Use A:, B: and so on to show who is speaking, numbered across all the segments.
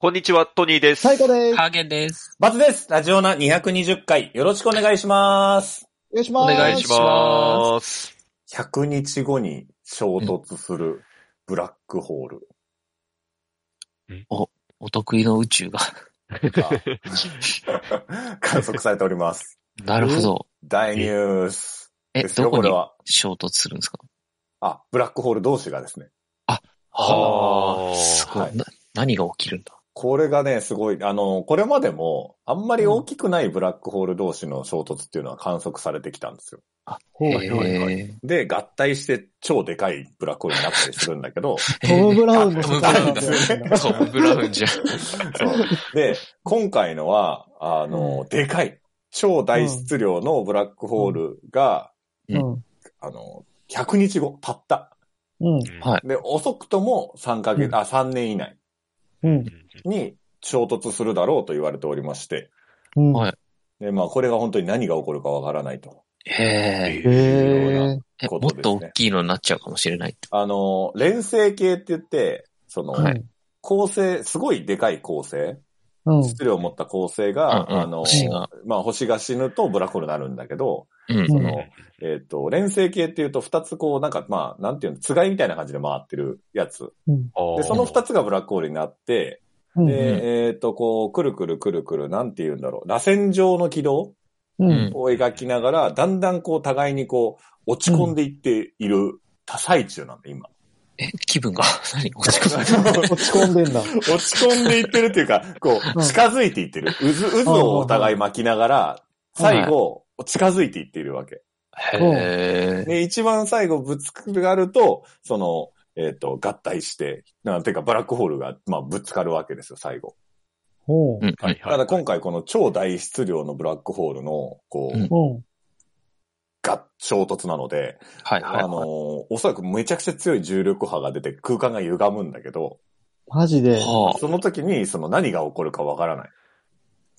A: こんにちは、トニーです。。
B: 最高です。
C: ハーゲンです。
D: バツです。ラジオナ220回、よろしくお願いします。
B: お願いします。
C: お願いします
D: 100日後に衝突するブラックホール。
C: お得意の宇宙 が。
D: 観測されております。
C: なるほど。
D: 大ニュース
C: え、
D: ですよ、
C: どこ
D: これ
C: に
D: は。
C: 衝突するんですか
D: あ、ブラックホール同士がですね。
A: はあ
C: すご
D: はい
C: い。な何が起きるんだ
D: これがね、すごい、あの、これまでも、あんまり大きくないブラックホール同士の衝突っていうのは観測されてきたんですよ。
B: はい
C: へ
B: はいはい
C: ー
D: で、合体して超でかいブラックホールになったりするんだけど、
B: トム・ブラウンの世界なんだ
D: トムブラウンですね
B: よ。
C: トム・ブラウンじゃん。
D: そう。で、 今回のは、あの、でかい、超大質量のブラックホールが、
B: うん。
D: あの、100日後、たった。
B: うん。
C: はい。
D: で、遅くとも3ヶ月、
B: うん
D: あ、3年以内
B: うん。
D: に衝突するだろうと言われておりまして、
B: うん。
C: はい
D: で、まあ、これが本当に何が起こるかわからないと。
C: へー
B: へえ。
C: え。
D: こ
C: も
D: と
C: っ
D: ですね
C: と大きいのになっちゃうかもしれないって。
D: あの、連星系って言って、その、
B: はい。
D: 構成、すごいでかい構成、
B: うん。
D: 質量を持った構成が、
C: うんうん
D: あの、
C: 星が
D: まあ、星が死ぬとブラックホールになるんだけど、
C: うん。
B: そ
D: そ
B: の
D: の、えっ、と、連星系っていうと、二つこう、なんか、まあ、なんていうの、つがいみたいな感じで回ってるやつ。で、その二つがブラックホールになって、
B: う
D: で、
B: ん。
D: えっ、と、こう、くるくるくるくる、なんていうんだろう、螺旋状の軌道
B: うん。
D: を描きながら、だんだんこう、互いにこう、落ち込んでいっている、多最中なん だ、今。
C: え、気分が 何落ち込 む
D: 落ち
B: 落ち込んでんだ。
D: 込んでいってるっていうか、こ
B: うん
D: う、近づいていってる。渦、渦をお互い巻きながら、最後、近づいていっているわけ。
C: へー
D: で、一番最後ぶつかると、その、えっ、と、合体して、なんていうか、ブラックホールが、まあ、ぶつかるわけですよ、最後。
B: おう
C: う。ん。うん
D: ただ今回この超大質量のブラックホールの、こ
C: う
D: う、
C: ん
B: うん。
D: が衝突なので、
C: はいはい
D: あのー
C: は
D: おそらくめちゃくちゃ強い重力波が出て空間が歪むんだけど、
B: マジ
C: い。
B: で。
C: は
D: その時にその何が起こるかわからない。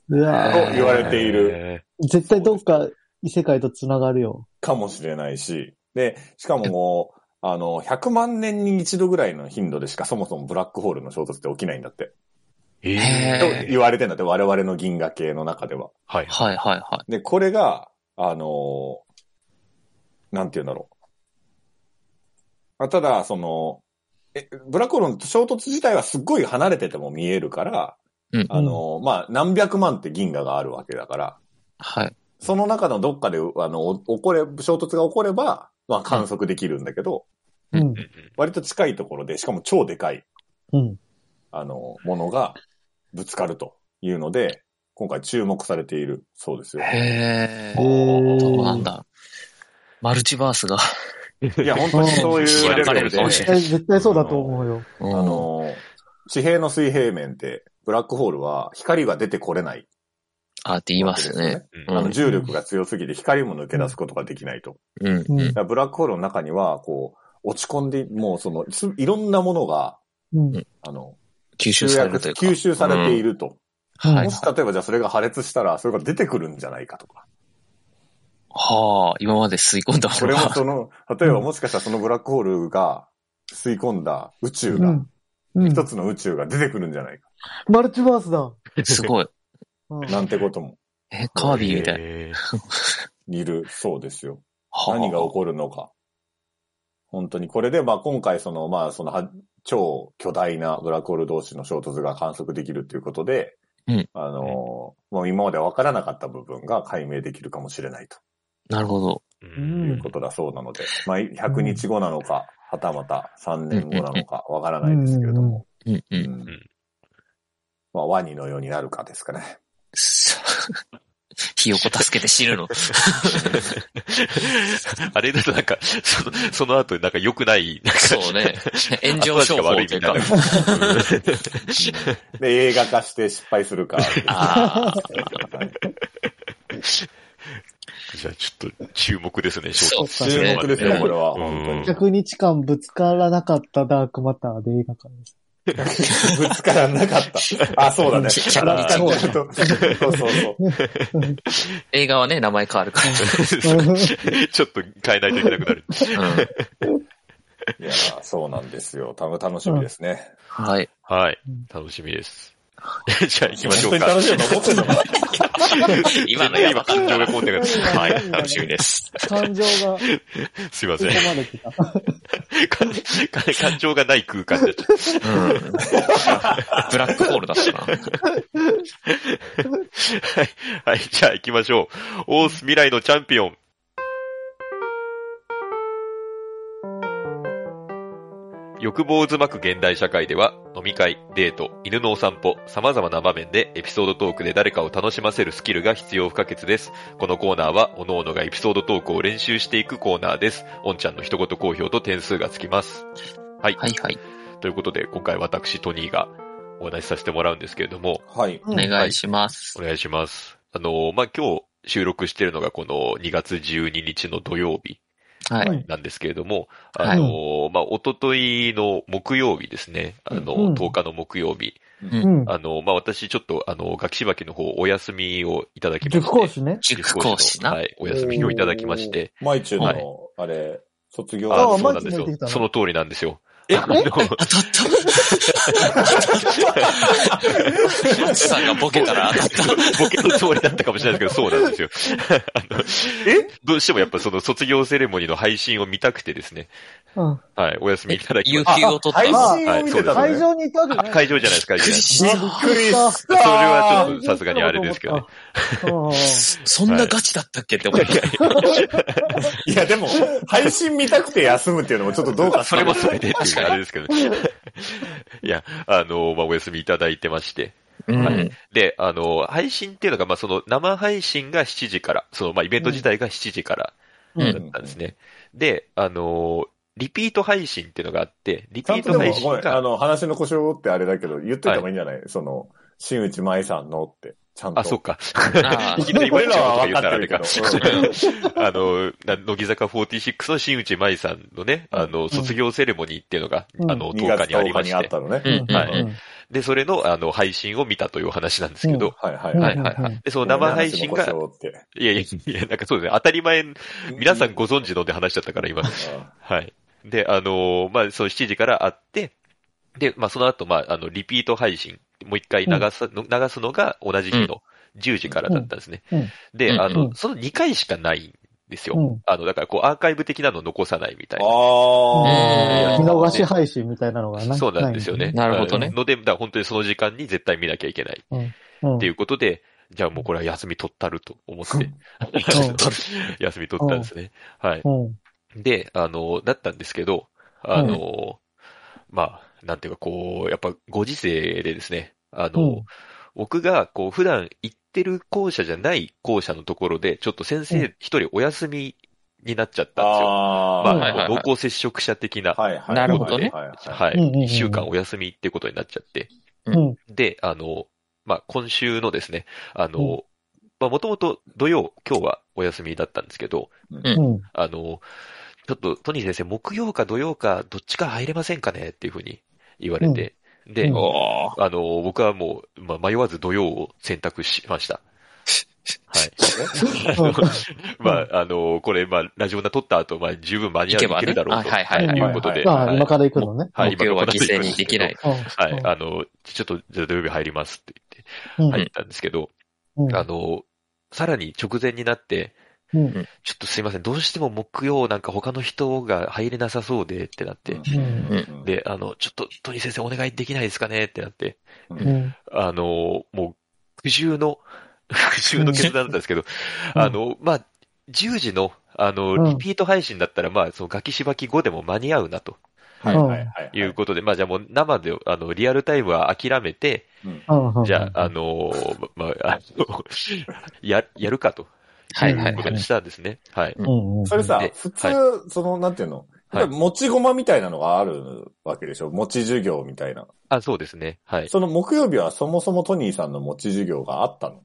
B: うわ
D: と言われている
A: る。
B: 絶対どっか異世界と繋がるよ。
D: かもしれないし、で、しかももう、あの、100万年に一度ぐらいの頻度でしかそもそもブラックホールの衝突って起きないんだって。
A: へ
C: へ
D: と
C: ー
D: 言われてんだって、我々の銀河系の中では。
A: はい
C: あ。はいはいは
D: で、これが、あのーなんて言うんだろう。あただ、その、え、ブラックホールの衝突自体はすっごい離れてても見えるから、
C: うん
D: あのーまあ、何百万って銀河があるわけだから、
C: い。はい。
D: その中のどっかで、あの、お起これ、衝突が起これば、まあ、観測できるんだけど、
B: うん。
D: 割と近いところで、しかも超でかい、
B: うん。
D: あの、ものがぶつかるというので、今回注目されているそうですよ。
B: へ
C: へー
B: ー
C: そうなん。だ。マルチバースが。
A: い
D: いや、本当にそういう
C: 開
D: レ
C: かれ
D: ベ ル
C: る
D: で
C: かもしれない。
B: 絶対絶対そうだと思うよ。
C: あ
D: あ、の、地平の水平面って、ブラックホールは光が出てこれない、
C: あって言いますよね。。うん
D: あの重力が強すぎて光も抜け出すことができないと。
C: うん。
B: うん
C: うん
D: だからブラックホールの中には、こう、落ち込んで、もうその、すいろんなものが、
B: うん。
D: あの、
C: 吸収
D: 集
C: され
D: 約、
C: るというか。
D: 吸収されてい
C: る。
D: ると。
C: はい
D: もし例えばじゃあそれが破裂したら、それが出てくるんじゃないかとか。
C: はあ、今まで吸い込んだ
D: こ
C: も
D: れ
C: の
D: も
C: が。
D: その、例えばもしかしたらそのブラックホールが吸い込んだ宇宙
B: う
D: が
B: ん、。うん
D: 一つの宇宙が出てくるんじゃないか。
B: マルチバースだ。
C: すごい。
B: うん
D: なんてことも、
C: え、カービィみたいな。
A: い
D: いるそうですよ。
C: はあ
D: 何が起こるのか。本当に。これで、まあ今回その、まあそのは、超巨大なブラックホール同士の衝突が観測できるということで、
C: うん
D: あのー、もう今まで分からなかった部分が解明できるかもしれないと
C: なるほど。
B: うん
D: いうことだそうなので、まあ100日後なのか、はたまた3年後なのか分からないですけれども、
C: うんう。
D: うん
A: う ん
D: んまあワニのようになるかですかね。
C: ひよこ助けて死ぬの。
A: あれだとなんか、その、その後なんか良くない、なんか
C: そうね。炎上商法というか
A: 後。味が悪いみたいな
D: で、映画化して失敗するか。
C: ああ、
A: じゃあちょっと注目ですね、
C: そう
B: ですね
D: 注目ですよ、これは。
A: うん
D: 本当
B: 100
D: に。
B: 日間ぶつからなかったダークマターで映画館です。
D: ぶつからなかった。あ、そうだね。
C: し
D: あな
C: そう
D: ちゃんとそうそうそう。
C: 映画はね、名前変わるか
A: ちょっと変えないといけなくなる。
C: ら。うん。
D: いやーそうなんですよ。た楽しみですね。
C: はい。
A: はい。楽しみです。 じゃあ行きましょ
D: 本
A: う
D: 当に楽
A: か。
D: しいと思ってんの かな
C: 今のやば
A: 今
C: かっ
A: 感情がこんでる。はい。
C: た。楽しみです。
B: 感情が打
A: すいま
B: ち
A: せん。
B: 込まれてた。
A: 感 感情がない空間で。
C: うん。ブラックホールだったな。
A: はい。はい。じゃあ行きましょう。オース未来のチャンピオン。欲望渦巻く現代社会では、飲み会、デート、犬のお散歩、様々な場面でエピソードトークで誰かを楽しませるスキルが必要不可欠です。このコーナーは、おのおのがエピソードトークを練習していくコーナーです。おんちゃんの一言好評と点数がつきます。はい。
C: はいはい。
A: ということで、今回私、トニーがお話しさせてもらうんですけれども、
D: はい。
C: お願いします。
A: お願いします。あの、まあ、今日収録しているのがこの2月12日の土曜日
C: は。
B: はいい
A: なんですけれども、
C: は
A: あ
C: い
A: の、まあ、おとといの木曜日ですね、あの、
B: うん
A: 10日の木曜日、
B: うん。
A: あの、まあ、私ちょっと、あの、学士ばきの方お休みをいただきまして、
B: 塾講師ね。
C: 塾講師 な。
A: はい、お休みをいただきまして、
D: マイチュウ
A: は
D: の、あれ、卒業
A: あ
B: あ
A: あ、
B: あ
A: そうなんです
B: マジで出
A: よ
B: てきた。の
A: その通りなんですよ。
D: え
A: あの
C: 当たった。松さんがボケたら当たった。
A: ボケのつもりだったかもしれないですけど、そうなんですよ。あの どうしてもやっぱその卒業セレモニーの配信を見たくてですね、
B: うん。
A: はい、お休みいただきま
C: 有
A: した。
C: 給を取った
D: 配
C: の。
D: 信を見てたの
B: 会
D: ね。
B: 場にいたわけじゃ
A: あ
B: ない。
A: 会場じゃないです、会場じゃないです。
C: し
B: あびっくりした。
A: それはちょっとさすがにあれですけどね。
B: うん。
C: そんなガチだったっけって思った。
D: いや、でも、配信見たくて休むっていうのもちょっとどうか
A: それもそれでっていうあれですけど ね。いや、あの、まあ、お休みいただいてまして。
C: うん
A: はい。で、あの、配信っていうのが、まあ、その生配信が7時から、その、まあ、イベント自体が7時から
C: う
A: だったんですね。で、あの、リピート配信っていうのがあって、リ
D: ち
A: ピ
D: ゃん
A: ー
D: と
A: ト
D: でも
A: 配、
D: ご
A: 信
D: めん、あ
A: が、
D: の、話の腰を折ってあれだけど、言っといた方がいいんじゃないその、新内舞さんのって、ちゃんと。
A: あ、そうか。
C: あ
A: いきなり
D: 俺らは
A: 言
D: 分
A: った
D: から
A: あ
D: っ
A: れ
D: てる
A: か。あの、な乃木坂46の新内舞さんのね、あの、卒業セレモニーっていうのが、
B: うん
A: あの、
D: 2
A: 10
D: 月
A: 日にあ
D: 10
A: り
D: 日
A: ま
D: に
A: し、
D: あってたのね。
C: うん
A: は
B: うん
A: で、それの、あの、配信を見たというお話なんですけど、
D: はいは
B: う
D: い
B: ん
D: は。
A: はいいはいはい。で、その生配信が
D: 話、の腰を折って
A: いやいや、いや、なんかそうですね、当たり前、皆さんご存知のって話だったから、今。はい。で、あのーまあ、その7時からあって、で、まあ、その後、まあ、あの、リピート配信、もう一回流す、流すのが同じ日の10時からだったんですね。
B: うんうん
A: で、あ
B: う
A: の、
B: ん
A: その2回しかないんですよ。
B: うん
A: あの、だから、こう、アーカイブ的なの残さないみたい
D: あ
A: な。
D: あ
C: う
B: 見
C: ん
D: ー。
B: 逃し配信みたいなのがな。
A: そうなんですよね。
C: なるほどね
A: あので、だから本当にその時間に絶対見なきゃいけないっていううことで、じゃあもうこれは休み取ったると思って、 休み取ったんですね。はい。
B: うん。うん
A: で、あの、だったんですけど、あの、まあ、なんていうかこう、やっぱご時世でですね、あの、
B: うん
A: 僕がこう普段行ってる校舎じゃない校舎のところで、ちょっと先
B: う
A: 生一人お休みになっちゃったんですよ。
D: あ
A: まあ、
D: ー
C: はいはいはい
A: こう濃厚接触者的な、は
D: はいはい。
C: なるほどね
D: はいはい
A: い、
D: はい
B: うんうんうん
A: 一週間お休みってことになっちゃって、
B: うん。
A: で、あの、まあ、今週のですね、あの、
B: う
A: まあ、もともと土曜、今日はお休みだったんですけど、
B: うん。
A: あの、ちょっと、トニー先生、木曜か土曜か、どっちか入れませんかねっていうふうに言われて、で、
B: うん
D: おー
A: あの、僕はもう、まあ、迷わず土曜を選択しました。はい。 まあ、あの、これ、まあ、ラジオナ撮った後、まあ、十分間に合
C: 行けば
A: い
C: ね
A: けるだろうと、
C: あはいはい
B: はい
A: いうことで。
B: まあ、今
A: は
B: から行くのね。
A: い、
C: 目標は犠牲にできない。。
A: はい、あの、ちょっと、じゃあ土曜日入りますって
B: う
A: 言
B: ん。
A: って、入ったんですけど、
B: うん
A: あの、さらに直前になって、
B: うん
A: ちょっとすいません、どうしても木曜なんか他の人が入れなさそうでってなって、
B: うん
D: うん
A: で、あの、ちょっと、トニー先生お願いできないですかねってなって、
B: うん。
A: あの、もう、苦渋の、 苦渋の決断だったんですけど、あの、まあ、10時の、あ
B: うん
A: の、リピート配信だったら、まあ、その、ガキしばき5でも間に合うな、と
D: はいはいはい。
A: いうことで、まあ、じゃあもう生で、あの、リアルタイムは諦めて、
B: うん。
A: じゃあ、あの、ままあ、あの、 や、やるかと、
C: はい
A: い
C: は
A: う
C: い
A: こ
C: は
A: と
C: い。
A: にしたんですね。はい。
B: うん。うん。
D: それさ
A: で、
D: 普通、その、なんていうのやっぱり持ち駒みたいなのがあるわけでしょ持ち授業みたいな。
A: あ、そうですね。はい。
D: その木曜日はそもそもトニーさんの持ち授業があったの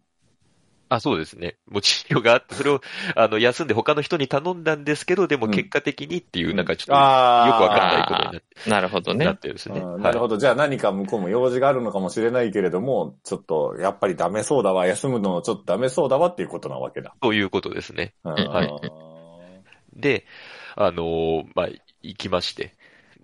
A: あ、そうですね。もう治療があって、それを、あの、休んで他の人に頼んだんですけど、でも結果的にっていう、なんかちょっと、よ
D: あー
A: くわかんないことになって。
C: なるほどね
A: なっ。てるんですね。
D: うんなるほど。じゃあ何か向こうも用事があるのかもしれないけれども、ちょっと、やっぱりダメそうだわ、休むのちょっとダメそうだわっていうことなわけだ。
A: ということですね。
D: うん
A: はいで、あのーまあ、行きまして。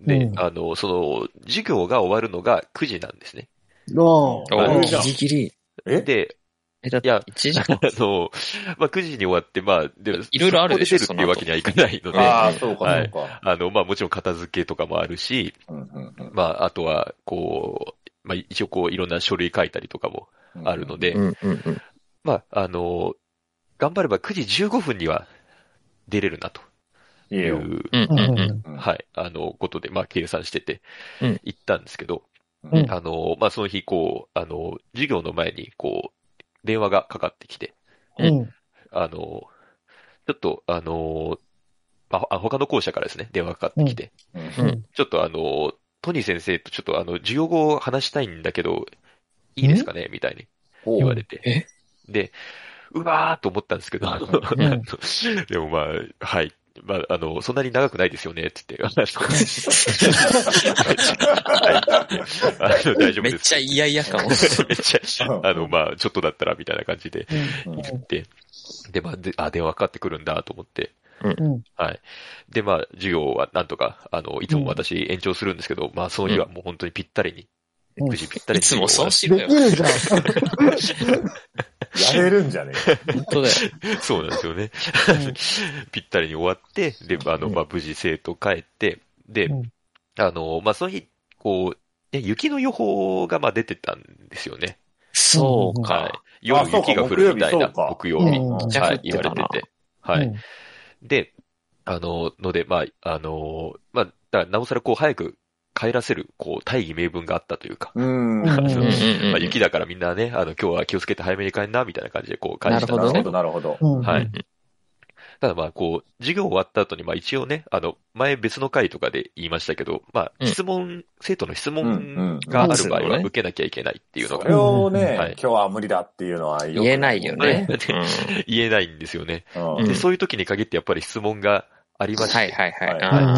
A: で、
B: うん
A: あのーその、授業が終わるのが9時なんですね。
B: ロー
A: お
D: ー
C: あ
D: いいじ
C: ギ
D: ゃん
C: リギリ。
D: え
A: で、
C: え、だっ
A: いや
C: て、1時
A: あ
C: 間。
A: の、まあ、9時に終わって、まあ、でも、
C: いろいろあるでしょ
A: そこ出てるっていうわけにはいかないので、あ
D: ああ、そうか、そうか。
A: の、まあ、もちろん片付けとかもあるし、
D: うんうんうん
A: まあ、あとは、こう、まあ、一応こう、いろんな書類書いたりとかもあるの。で、
C: うんうんうん。
A: まあ、あの、頑張れば9時15分には出れるなと
D: いい
A: い
D: よ。
A: う、
C: うんうん
B: うんう
C: うん
B: ん。
D: うん
A: はい、あの、ことで、まあ、計算してて
C: うん、
A: 行ったんですけど、
D: うん
A: あの、まあ、その日、こう、あの、授業の前に、こう、電話がかかってきて、
B: うん。
A: あの、ちょっと、あの、まあ、他の校舎からですね、電話がかかってきて、
D: うん
A: ちょっとあの、トニー先生とちょっとあの、授業後話したいんだけど、いいですかねみたいに
D: おう
A: 言われて。で、うわーと思ったんですけど、あの
B: ん
A: でもまあ、はい。まあ、あの、そんなに長くないですよね、つって。あ のはいあの大丈夫です。
C: めっちゃ嫌々感を。
A: めっちゃ、あの、まあ、ちょっとだったら、みたいな感じで
D: うん
A: 言って、で、まあ、であ、電話かかってくるんだと思って、
B: うん。
A: はい。で、まあ、授業はなんとか、あの、いつも私延長するんですけど、まあ、その日はもう本当にぴったりに、
B: うん
A: 9時ぴったり
C: い
A: に。
C: つもそうしろ
B: で
C: よ
B: き。るじゃん。
D: やれるんじゃねえ
C: 本当だよ。
A: そうなんですよね
B: うん。
A: ぴったりに終わって、で、あの、
B: うん
A: まあ、無事生徒帰って、で
B: うん、
A: あの、まあ、その日、こう、ね雪の予報がまあ出てたんですよね。
C: そう
A: は
C: か。
A: い。夜
D: あそうか
A: 雪が降るみたいな、木
D: 木
A: 曜
B: う
A: 日、
B: ん。
C: じゃ
A: はい、
C: 降って
A: 言
C: た
A: わ
C: な
A: れてて。はい。
B: うん。
A: で、あの、ので、まあ、あの、まあ、だからなおさらこう早く帰らせる、こう、大義名分があったというか、
D: う
B: う
D: ん。
B: ん
A: そう
C: うんうんうん
A: まあ、雪だからみんなね、あの、今日は気をつけて早めに帰んな、みたいな感じでこう帰したんで
D: なる
A: すけ
D: ほ
A: ど
D: ど、、なるほど。
B: うん。
A: はい
C: うん
A: ただまあ、こう、授業終わった後に、まあ一応ね、あの、前別の回とかで言いましたけど、ま
C: う
A: あ、
C: ん
A: 質問、生徒の質
D: うん
A: 問
D: うん
A: がある場
C: う
A: 合
C: ん
A: は受けなきゃいけないっていうの
D: そ
A: が
D: れをね、
A: はい
D: 今日は無理だっていうのはよく
C: 言えないよね。
A: 言えないんですよね。
D: うん
C: う
A: で、
C: ん
A: そういう時に限ってやっぱり質問があり
C: う
A: ま
C: ん
A: し
C: は
A: て、
C: いはいはい。
B: う
C: あ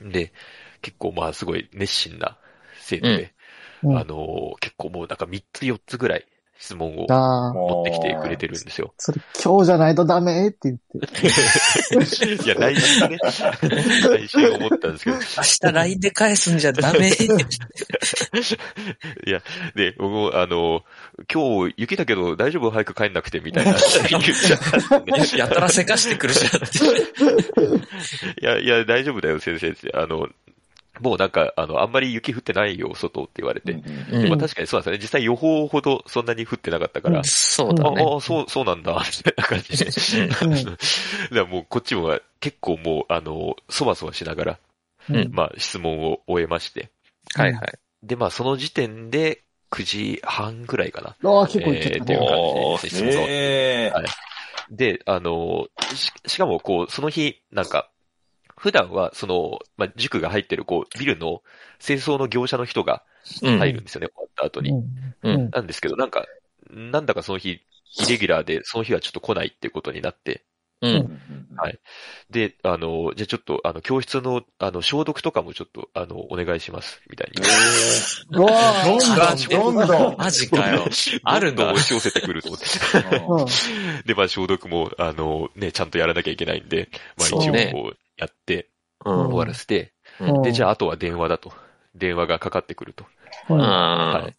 C: ー
B: ん。
A: で、結構まあすごい熱心な生徒で、
B: うん。
A: あのー結構もうなんか3つ4つぐらい質問を
B: ああ、
A: 持ってきてくれてるんですよ。
B: それ今日じゃないとダメって言って。
A: いや、内心ね、内心思ったんですけど、
C: 明日 LINE で返すんじゃダメ。
A: いや、で、僕も、あの、今日雪だけど大丈夫早く帰んなくて、みたいな言っちゃったんでね
C: やたらせかしてくるじゃんって。
A: いや、いや、大丈夫だよ、先生って。あの、もうなんか、あの、あんまり雪降ってないよ、外って言われて。
D: うん
A: で
C: う
A: まあ
C: ん
A: 確かにそうなんですよね。実際予報ほどそんなに降ってなかったから、
C: そうだね。
A: ああ、そう、そうなんだ、みたいな感じで。
B: うん
A: だからもうこっちも結構もう、あの、そわそわしながら、
C: うん
A: まあ質問を終えまして。
C: はいはい。
A: で、まあその時点で9時半ぐらいかな。
B: ああ、結構いっちゃっ
A: えーって
B: た
A: いう
B: ね。
A: 感じで質問を
D: ええ
A: はいで、あの、し、しかもこう、その日、なんか、普段はその、まあ塾が入ってるこう、ビルの清掃の業者の人が
C: うん
A: 入るんですよね、終わった後に。
B: うん。うん。
A: なんですけど、なんか、なんだかその日、イレギュラーで、その日はちょっと来ないってことになって、
C: うん。
A: はいで、あの、じゃあちょっと、あの、教室の、あの、消毒とかもちょっと、あの、お願いします、みたいに。
B: うわ
D: どん
B: ー
D: どん、どんどん。
C: マジかよ。あるん
A: どんど
C: だ
A: ん押し寄せてくると思っ て。
B: うん
A: で、まあ、消毒も、あの、ね、ちゃんとやらなきゃいけないんで、まあ、一
C: そ
A: 応
C: うね
A: こう、やって、
C: う
A: 終わらせて、
B: うん
A: で、じゃあ、あとは電話だと。電話がかかってくると。
B: うん
A: は。
C: はい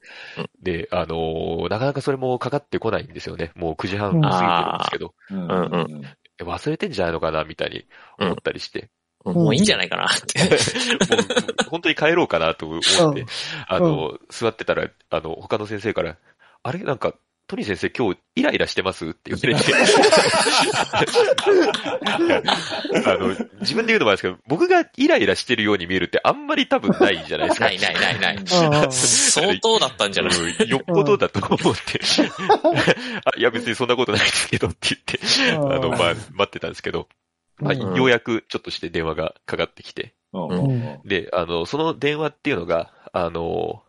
A: で、あのーなかなかそれもかかってこないんですよね。もう9時半
B: うん
A: 過ぎてるんで
D: うん
C: うんう
A: すけど、え忘れてんじゃないのかな、みたいに思ったりして。
C: い。もういいんじゃないか なって。
A: もう、本当に帰ろうかなと思って、あの、座ってたら、あの、他の先生から、あれなんか、トニー先生今日イライラしてますって言われて。 あの、自分で言うのもあれですけど、僕がイライラしてるように見えるってあんまり多分ないじゃないですか。
C: ないないないない。
B: うん
C: 相当だったんじゃない
A: うんよっぽどだと思って。あいや、別にそんなことないですけどって言って、あの、まあ、待ってたんですけど、まあ、
B: うん
A: ようやくちょっとして電話がかかってきて、
D: うんうん
A: で、あの、その電話っていうのが、あの、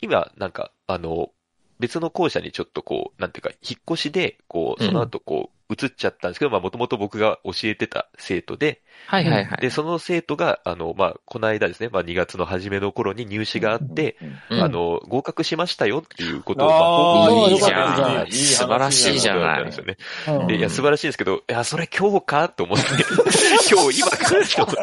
A: 今、なんか、あの、別の校舎にちょっとこう、なんていうか、引っ越しで、こう、
C: うん
A: その後こう、移っちゃったんですけど、まあ、もともと僕が教えてた生徒で、
C: はいはいはい。
A: で、その生徒が、あの、まあ、この間ですね、まあ、2月の初めの頃に入試があって、、
C: うん
A: あの、合格しましたよっていうことを、ま
D: あ
A: あ
D: あ、
A: 報告
C: い
D: よ
C: い
D: か
C: じ
D: った
C: ゃん
D: いい話
C: 素晴らしいじゃない
A: んですよね。
B: うん
A: で、いや、素晴らしいんですけど、いや、それ今日かと思って、今日今かと思っ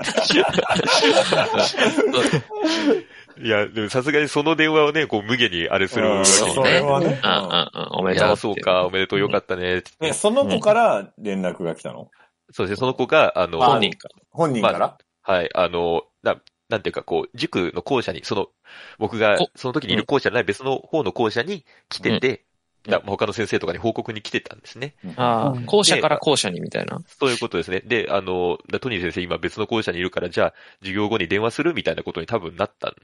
A: て。いや、でもさすがにその電話をね、こう無限にあれする
D: う
A: わ
D: ん
A: け
C: そう
A: に
C: ね
D: それはね。
C: うんうんうん。お
A: い
C: めでとう
A: や、
C: ってい
A: そう。か、おめでとう、よかったね。
D: うんえ、その子から連絡が来たの
A: そうですね、その子が、あの、
D: あ
C: 本人か。
D: 本人から、
A: はい、あの、な、なんていうか、こう、塾の校舎に、その、僕が
C: お、
A: その時にいる校舎じゃない別の方の校舎に来てて、
C: うん
A: だまあ他の先生とかに報告に来てたんですね。
C: あ
B: う
C: あ、
B: ん
C: 校舎から校舎にみたいな。
A: そういうことですね。で、あの、だトニー先生今別の校舎にいるから、じゃあ、授業後に電話するみたいなことに多分な ったん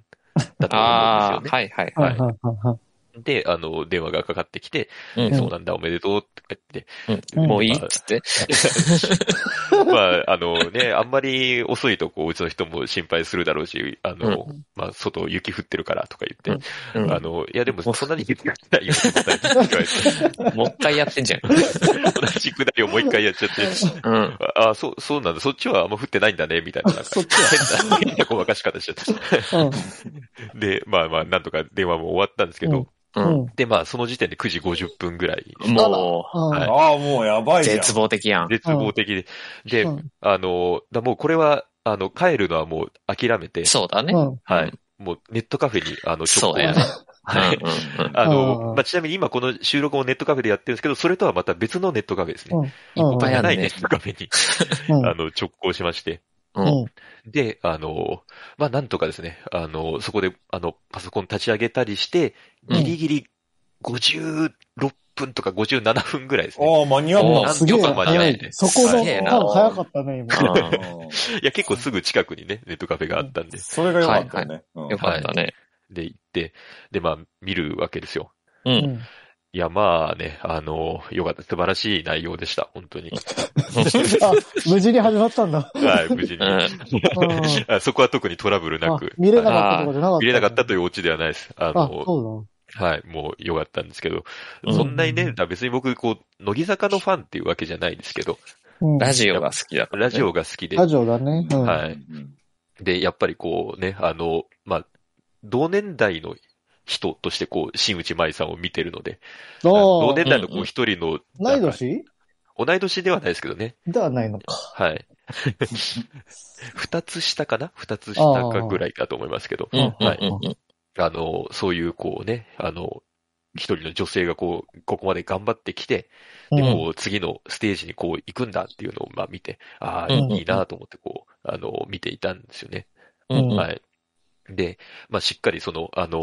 A: だと思
C: あ
A: うん
C: あ、
A: ですよね。
C: はいは
A: は
C: い。
A: い
B: はいはいは
A: で、あの、電話がかかってきて、
C: うん
A: そうなんだ、おめでとうって言って、
C: うんもういいっつって。
A: まあ、あのね、あんまり遅いと、こう、うちの人も心配するだろうし、あの、まあ、外雪降ってるからとか言って、
C: うん
A: あの、いやでもそんなに雪降ってないよって言われて、
C: もう一回やってんじゃん。
A: 同じくだりをもう一回やっちゃ って、
C: うん。
A: あ、あそう、そうなんだ、そっちはあんま降ってないんだね、み たいな、なんか
B: そっ
A: 変な、変なごまかし方しちゃった。
B: い。うん
A: で、まあまあ、なんとか電話も終わったんですけど、
C: う。
B: うんん。
A: で、まあ、その時点で9時50分ぐらい、
C: も
B: あ
D: ああ、もうやば
C: う、
D: いじゃん。
C: 絶望的やん。
A: 絶望的で、
B: ー
A: で、あの、だもうこれは、あの、帰るのはもう諦めて、
C: そうだね。
B: うん。
A: はい。もうネットカフェに、あの、
C: そうだよね
A: 直行してはい。
C: うんうんうん
A: あ
B: あ
A: の、ま
B: ー
A: あ、ちなみに今この収録をネットカフェでやってるんですけど、それとはまた別のネットカフェですね。
B: うん。
C: いっぱいある
A: な
C: ね
A: いネットカフェに、
B: うん
A: あの、直行しまして。
B: うん。
A: で、あの、まあ、なんとかですね、あの、そこで、あの、パソコン立ち上げたりして、
B: うん
A: ギリギリ56分とか57分ぐらいですね。
D: ああ、間に合
C: お
D: っ
C: ー
A: なんとか間に合って。
B: そこの、
C: す
B: 多
C: げえな
B: 分早かったね、今。
D: た。うん
A: いや、結構すぐ近くにね、ネットカフェがあったんで、
D: それが良かったよね。うん
C: よかったね。
A: で、行って、で、まあ、見るわけですよ。
C: う。
B: うんん。
A: いや、まあね、あの、よかった。素晴らしい内容でした、本当 に。
B: あ、無事に始まったんだ。
A: はい、無事に
C: う。ん。
B: うん
A: あそこは特にトラブルな
B: あ
A: く。
B: 見れなかったとかじゃなかった。
A: 見れなかったというオチではないです。あ
B: あ、
A: の、
B: そ
A: はい、もう良かったんですけど、
C: うん
A: そんなにね、別に僕、こう、乃木坂のファンっていうわけじゃないですけど、
B: うだ。うん
C: ラジオが好きだからね。
A: ラジオが好きで
B: ラ、ジオだね。うん。
A: はいで、やっぱりこうね、あの、まあ、同年代の人としてこう、新内舞さんを見てるので、
B: あ
A: 同
B: ー
A: 年代の
C: うん
A: こ
C: う
A: うん一人の、
B: 同
A: な
B: い
A: んか
B: 年
A: 同い年ではないですけどね、
B: ではないのか。
A: はい。二つ下かな二つ下かぐらいだと思いますけど、
C: うんうん
A: はい。
C: うんうん。
A: あの、そういうこうね、あの、一人の女性がこう、ここまで頑張ってきて、
B: う
A: で、
B: ん
A: こう、次のステージにこう行くんだっていうのを、まあ見て、ああ、
C: うん
B: うん
A: いいなと思ってこう、あの、見ていたんですよね。
C: うんうん
A: はい。で、まあしっかりその、あのー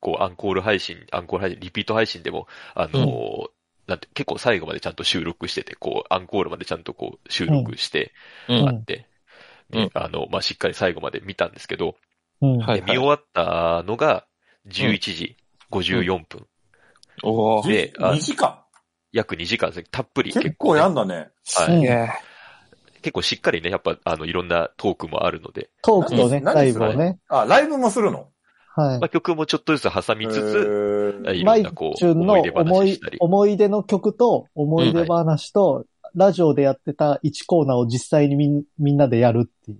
A: こう、アンコール配信、アンコール配信、リピート配信でも、あのーなんて、結構最後までちゃんと収録してて、こう、アンコールまでちゃんとこう、収録して
C: うん
A: あって、
C: うん
A: であの、まあ、しっかり最後まで見たんですけど、
B: うん。
C: は
A: で
C: い
A: 見終わったのが11時54分、
C: おー。
A: であ
D: 2時間
A: 約2時間ですね、たっぷり
D: 結
A: 結
D: 構
A: 構ね、
D: やんだね。
A: は
B: う
A: い
B: ん
A: 結構しっかりね、やっぱ、あの、いろんなトークもあるので、
B: トークとね、
D: 何
B: ライブを
A: 何
B: ね。
D: あ、ライブもするの
B: は
A: まあ、曲もちょっとずつ挟みつ
D: つ
A: つ、いろ
B: マ
A: ん
B: イ
A: なこう、
B: チュンの
A: 思い出
B: 思
A: 話し
B: い
A: たり、、
B: 思い出の曲と思い出話と、ラジオでやってた1コーナーを実際にみんみんなでやるっていう。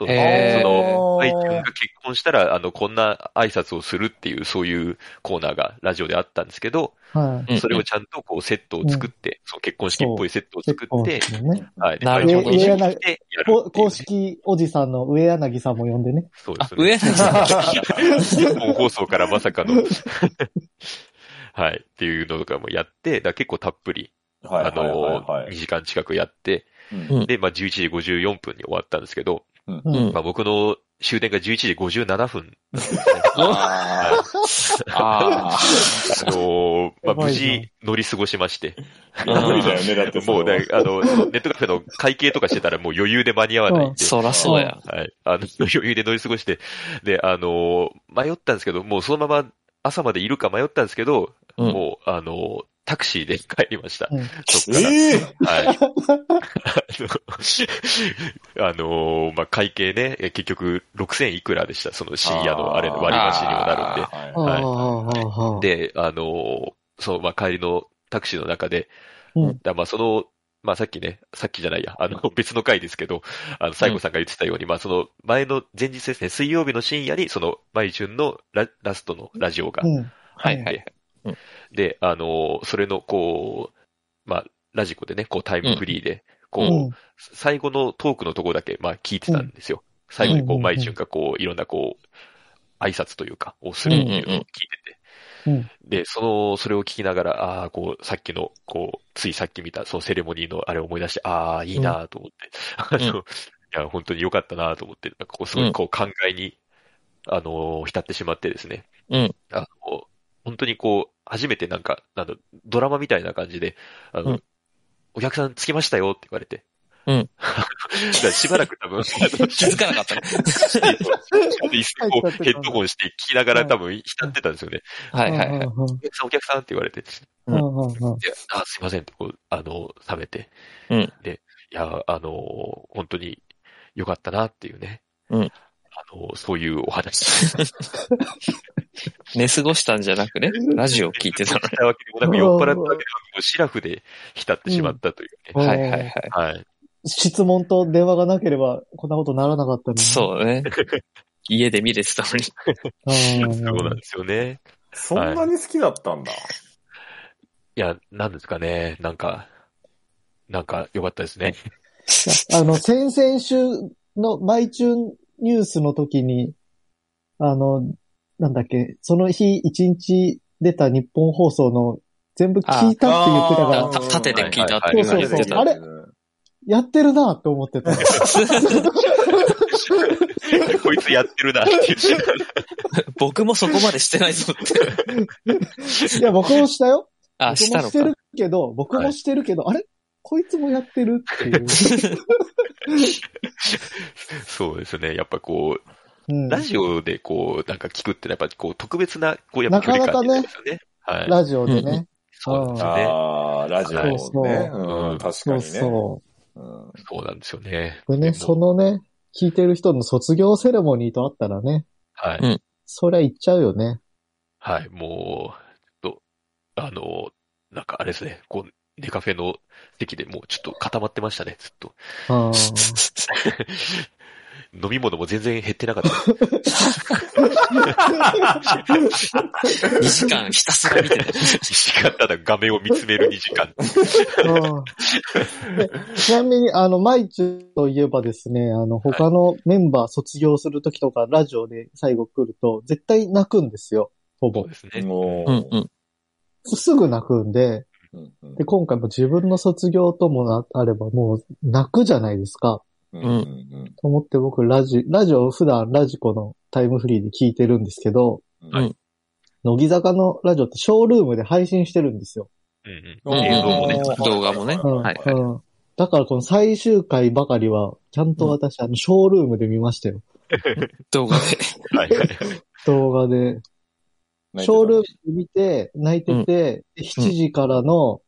A: そう
C: へー
A: その、マイチュンが結婚したら、あの、こんな挨拶をするっていう、そういうコーナーがラジオであったんですけど、
B: は
C: うん
A: それをちゃんとこう、セットを作って、その結婚式っぽいセットを
B: い。
A: 作って、
B: 結構ね。
A: はい。で
C: な
B: るほど
A: 会場に来てやる
B: こ
A: っていう
B: 公
A: ね。
B: 式おじさんの上柳さんも呼んでね。
A: そうで
C: あ
A: す、ね。
C: 上野さん。
A: 日 本放送からまさかの、 はい、っていうのとかもやって、だから結構たっぷり、
D: はい
A: あ
D: はい
A: の、
D: はいは
A: 2
D: い。
A: 時間近くやって、
D: うん
A: で、まあ11時54分に終わったんですけど、
C: う
B: うん
C: ん
A: まあ僕の終電が11時57分、
C: あーあ
A: あ のーまあ
B: やば
A: 無
B: いじゃん
A: 事乗り過ごしま して、
D: 無理だよね、だってそれ
A: も
D: は
A: うね、あの、ネットカフェの会計とかしてたらもう余裕で間に合わないん
C: ー。
A: で、
C: そらそうや。
A: はい。あの、 余裕で乗り過ごして、で、あのー迷ったんですけど、もうそのまま朝までいるか迷ったんですけど、
C: うん
A: もう、あのータクシーで帰りました。
B: うん
A: そっから。
D: ええ
A: はい。 あのあのーまあ、会計ね、え結局6000いくらでした。その深夜のあれの割り増しにもなるん
D: はい
B: あ
A: はい
B: あああ、
A: で。で、あのーそう、まあ、帰りのタクシーの中で、
B: うん
A: だまあ、その、まあ、さっきね、さっきじゃないや、あの、別の回ですけど、あの、西郷さんが言ってたように、まあ、その、前の、前日ですね、水曜日の深夜に、その、毎春のララストのラジオが、
B: うん。
C: はいはい。
A: で、あのーそれの、こう、まあ、ラジコでね、こう、タイムフリーで、こう、
B: うん。
A: 最後のトークのとこだけ、まあ、聞いてたんですよ。最後にこ
B: う
A: う、
B: ん
A: 毎春がこう、いろんなこう、挨拶というか、をするっていうのを聞いてて。
B: うんうん
A: で、その、それを聞きながら、ああ、こう、さっきの、こう、ついさっき見た、そのセレモニーのあれを思い出して、ああ、いいなと思って、
C: うん
A: あの、いや、本当に良かったなと思って、なんかこう、すごい、こう、考えに、あの、浸ってしまってですね。
C: うん
A: あの、本当にこう、初めてなんか、なんだ、ドラマみたいな感じで、あの、
C: うん
A: お客さん着きましたよって言われて。
C: うん。
A: だからしばらく多 分、
C: 気づかなかったね。
A: 椅子にこうヘッドホンして聞きながら多分浸ってたんですよね。
C: はいはいはい。
A: お客さんお客さんって言われて、
B: うんうんうんうん
A: であ、すいませんってこう、あの、冷めて。
C: うん
A: で、いや、あの、本当に良かったなっていうね。
C: うん
A: あの、そういうお 話。
C: 寝過ごしたんじゃなくね、ラジオ聞いてたの
A: し。たわけでもなく、酔っ払ったわけでもなく、もうシラフで浸ってしまったというね。
B: うん
C: はいはいはい。
A: はい。
B: 質問と電話がなければ、こんなことならなかったのに。
C: そうね。家で見れてたのに。
B: うん。
A: そうなんですよね。
D: そんなに好きだったんだ。
A: いや、なんですかね。なんか、なんか良かった ですね。
B: あの、先々週の、毎週ニュースの時に、あの、なんだっけ、その日一日出た日本放送の全部聞いたって言ってたか
D: あ
B: ら
D: ー、
C: た縦で聞いたって
A: はい
B: そうう
C: の
B: そうそ
C: が言っ
B: う
C: て
B: あ
C: た。
B: れやってるなって思ってた。
A: こいつやってるなっていう。
C: 僕もそこまでしてないぞ って。
B: いや、僕もしたよ。
C: あ、
B: 僕
C: した
B: も
C: の
B: して
C: か
B: る。けど、僕もしてるけど、あれこいつもやってるっていう。
A: そうですね。やっぱこう、
B: うん、
A: ラジオでこう、なんか聞くってのはやっぱこう、特別な、こう、やっぱ距離感
B: なかなかね
A: ですよね。はい。
B: ラジオでね。
A: そうなんですよね。
D: ああ、ラジオね。
B: そう
A: そう
D: うん、確か
B: そ
D: に
B: う
D: ね。
B: そ
D: うん
A: そうなんですよね。
B: う。でね、そのね、聞いてる人の卒業セレモニーとあったらね、
A: は
C: うん
A: い。
B: そりゃ行っちゃうよね。
A: はい。もう、ちょっと、あの、なんかあれですね。こう、ネカフェの席でもうちょっと固まってましたね、ずっと。
B: うん。
A: 飲み物も全然減ってな かった。
C: 2時間ひたすら見てた。
A: 時間ただ画面を見つめる2時間。
B: うんでちなみに、あの、マイチュといえばですね、あの、他のメンバー卒業するときとか、ラジオで最後来ると、絶対泣くんですよ、ほ
A: そ
B: ぼ
A: う。ですね。
D: も
C: うんうん。
B: すぐ泣くんで、
D: うんうん
B: で、今回も自分の卒業ともなあれば、もう泣くじゃないですか。
D: うんうん
B: と思って僕、ラジ、ラジオ、普段ラジコのタイムフリーで聞いてるんですけど、
D: うん
C: はい
B: 乃木坂のラジオってショールームで配信してるんですよ。
A: うん
D: うん
A: うん。映像もね。
C: 動画もね
B: うん。
C: はいはい
B: うんだからこの最終回ばかりは、ちゃんと私、あの、ショールームで見ましたよ。
C: 動画で。
A: はいはい。
B: 動画で。ショールーム見て、泣いてて、7時からの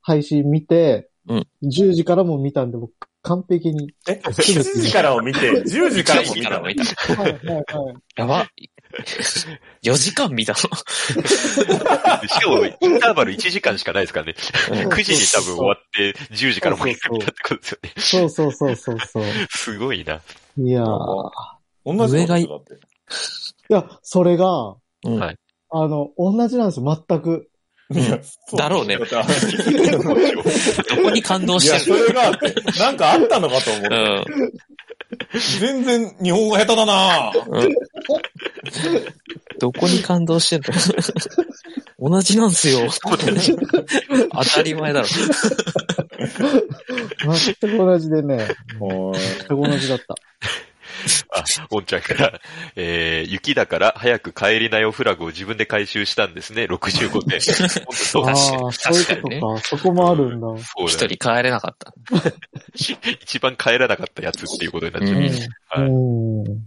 B: 配信見て、
C: うん
B: 10時からも見たんで、もう完璧に。
D: え、7時からを見て、10時からも見たの。
B: はいはいはい。
C: や ば。4時間見たの。
A: しかも、インターバル1時間しかないですからね。
B: うん
A: 9時に多分終わって、10時からもう一回見たってことですよね。
B: そうそうそうそうそう。
A: すごいな。
B: いや
D: なん
B: ー
D: か同じことだって。
B: いや、それが、
C: うん
A: はい
B: あの、同じなんですよ、全く。
C: 上が
D: いや
C: だろうね。
D: そうだ
C: どこに感動
D: いや、
C: して
D: そ
C: る
D: れがあって、なんかあったのかと思っ
C: う
D: て。
C: ん。
D: 全然日本語下手だなぁ。
C: どこに感動してんの 同じなんすよ。 当たり前だろ。
B: 全く同じでね、全く同じだった。
A: あ、おんちゃんから、えー、雪だから早く帰りなよフラグを自分で回収したんですね、65点。 本当そう
B: あ
A: だ
B: あ
A: し
B: ー、そういう
C: 確かにね
B: ことか。そこもあるんだ。
A: そう
C: 一
A: だ
C: 人帰れなかった。
A: 一番帰らなかったやつっていうことになっちゃう。
C: うん
A: はい
B: うん。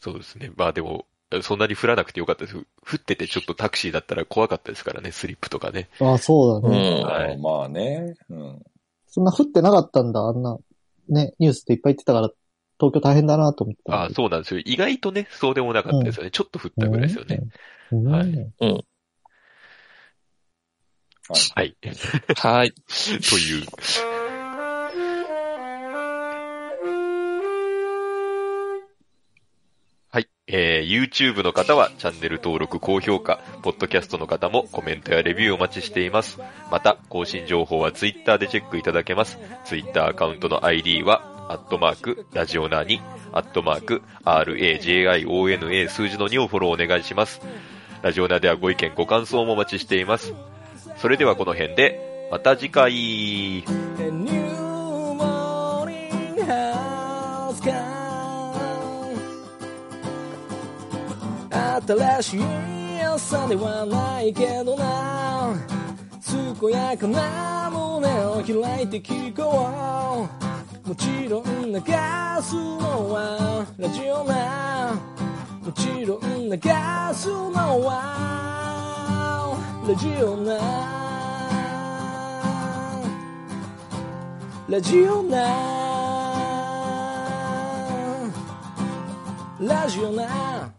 A: そうですね。まあでも、そんなに降らなくてよかったです。降っててちょっとタクシーだったら怖かったですからね、スリップとかね。
B: ああ、そうだ
C: う
B: ね。
C: ん。
A: はい
D: まあね。うん
B: そんな降ってなかったんだ、あんな。ね、ニュースっていっぱい言ってたから、東京大変だなと思ってた。
A: あそうなんですよ。意外とね、そうでもなかったですよね。ちょっと降ったぐらいですよね。
B: うん。
A: は
D: はい
A: はい。
C: は い。
A: という。はい。えー、YouTube の方はチャンネル登録、高評価、Podcast の方もコメントやレビューお待ちしています。また、更新情報は Twitter でチェックいただけます。Twitter アカウントの ID は、アットマーク、ラジオナーに、アットマーク、RAJIONA 数字の2をフォローお願いします。ラジオナーではご意見、ご感想もお待ちしています。それではこの辺で、また次回。
E: A new morning has come 新しい朝ではないけどな健やかな胸を開いて聞こうもちろん流すのはラジオなもちろん流すのはラジオなラジオなラジオな